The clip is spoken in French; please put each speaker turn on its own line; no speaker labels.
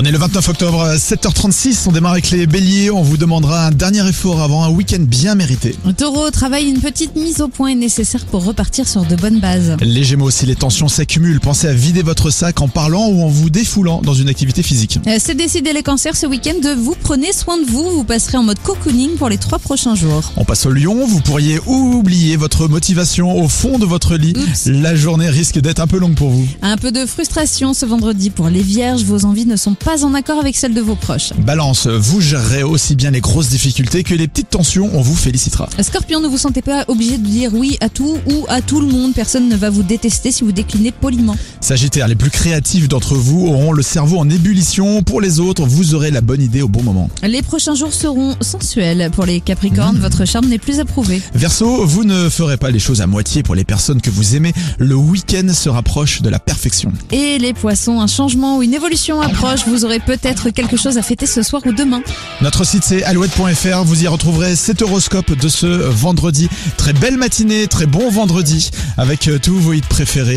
On est le 29 octobre, 7h36, on démarre avec les béliers, on vous demandera un dernier effort avant un week-end bien mérité.
Taureau, travail, une petite mise au point est nécessaire pour repartir sur de bonnes bases.
Les gémeaux, si les tensions s'accumulent, pensez à vider votre sac en parlant ou en vous défoulant dans une activité physique.
Euh, C'est décidé les cancers ce week-end, vous prenez soin de vous, vous passerez en mode cocooning pour les trois prochains jours.
On passe au lion, vous pourriez oublier votre motivation au fond de votre lit.
Oups.
La journée risque d'être un peu longue pour vous.
Un peu de frustration ce vendredi pour les vierges, vos envies ne sont pas en accord avec celles de vos proches.
Balance, vous gérerez aussi bien les grosses difficultés que les petites tensions, on vous félicitera.
Euh, Scorpion, ne vous sentez pas obligé de dire oui à tout ou à tout le monde, personne ne va vous détester si vous déclinez poliment.
Sagittaire, les plus créatifs d'entre vous auront le cerveau en ébullition, pour les autres, vous aurez la bonne idée au bon moment.
Les prochains jours seront sensuels pour les capricornes, votre charme n'est plus approuvé.
Verseau, vous ne ferez pas les choses à moitié pour les personnes que vous aimez. Le week-end se rapproche de la perfection.
Et les poissons, un changement ou une évolution approche, vous aurez peut-être quelque chose à fêter ce soir ou demain.
Notre site c'est alouette.fr. Vous y retrouverez cet horoscope de ce vendredi. Très belle matinée, très bon vendredi avec euh, tous vos hits préférés.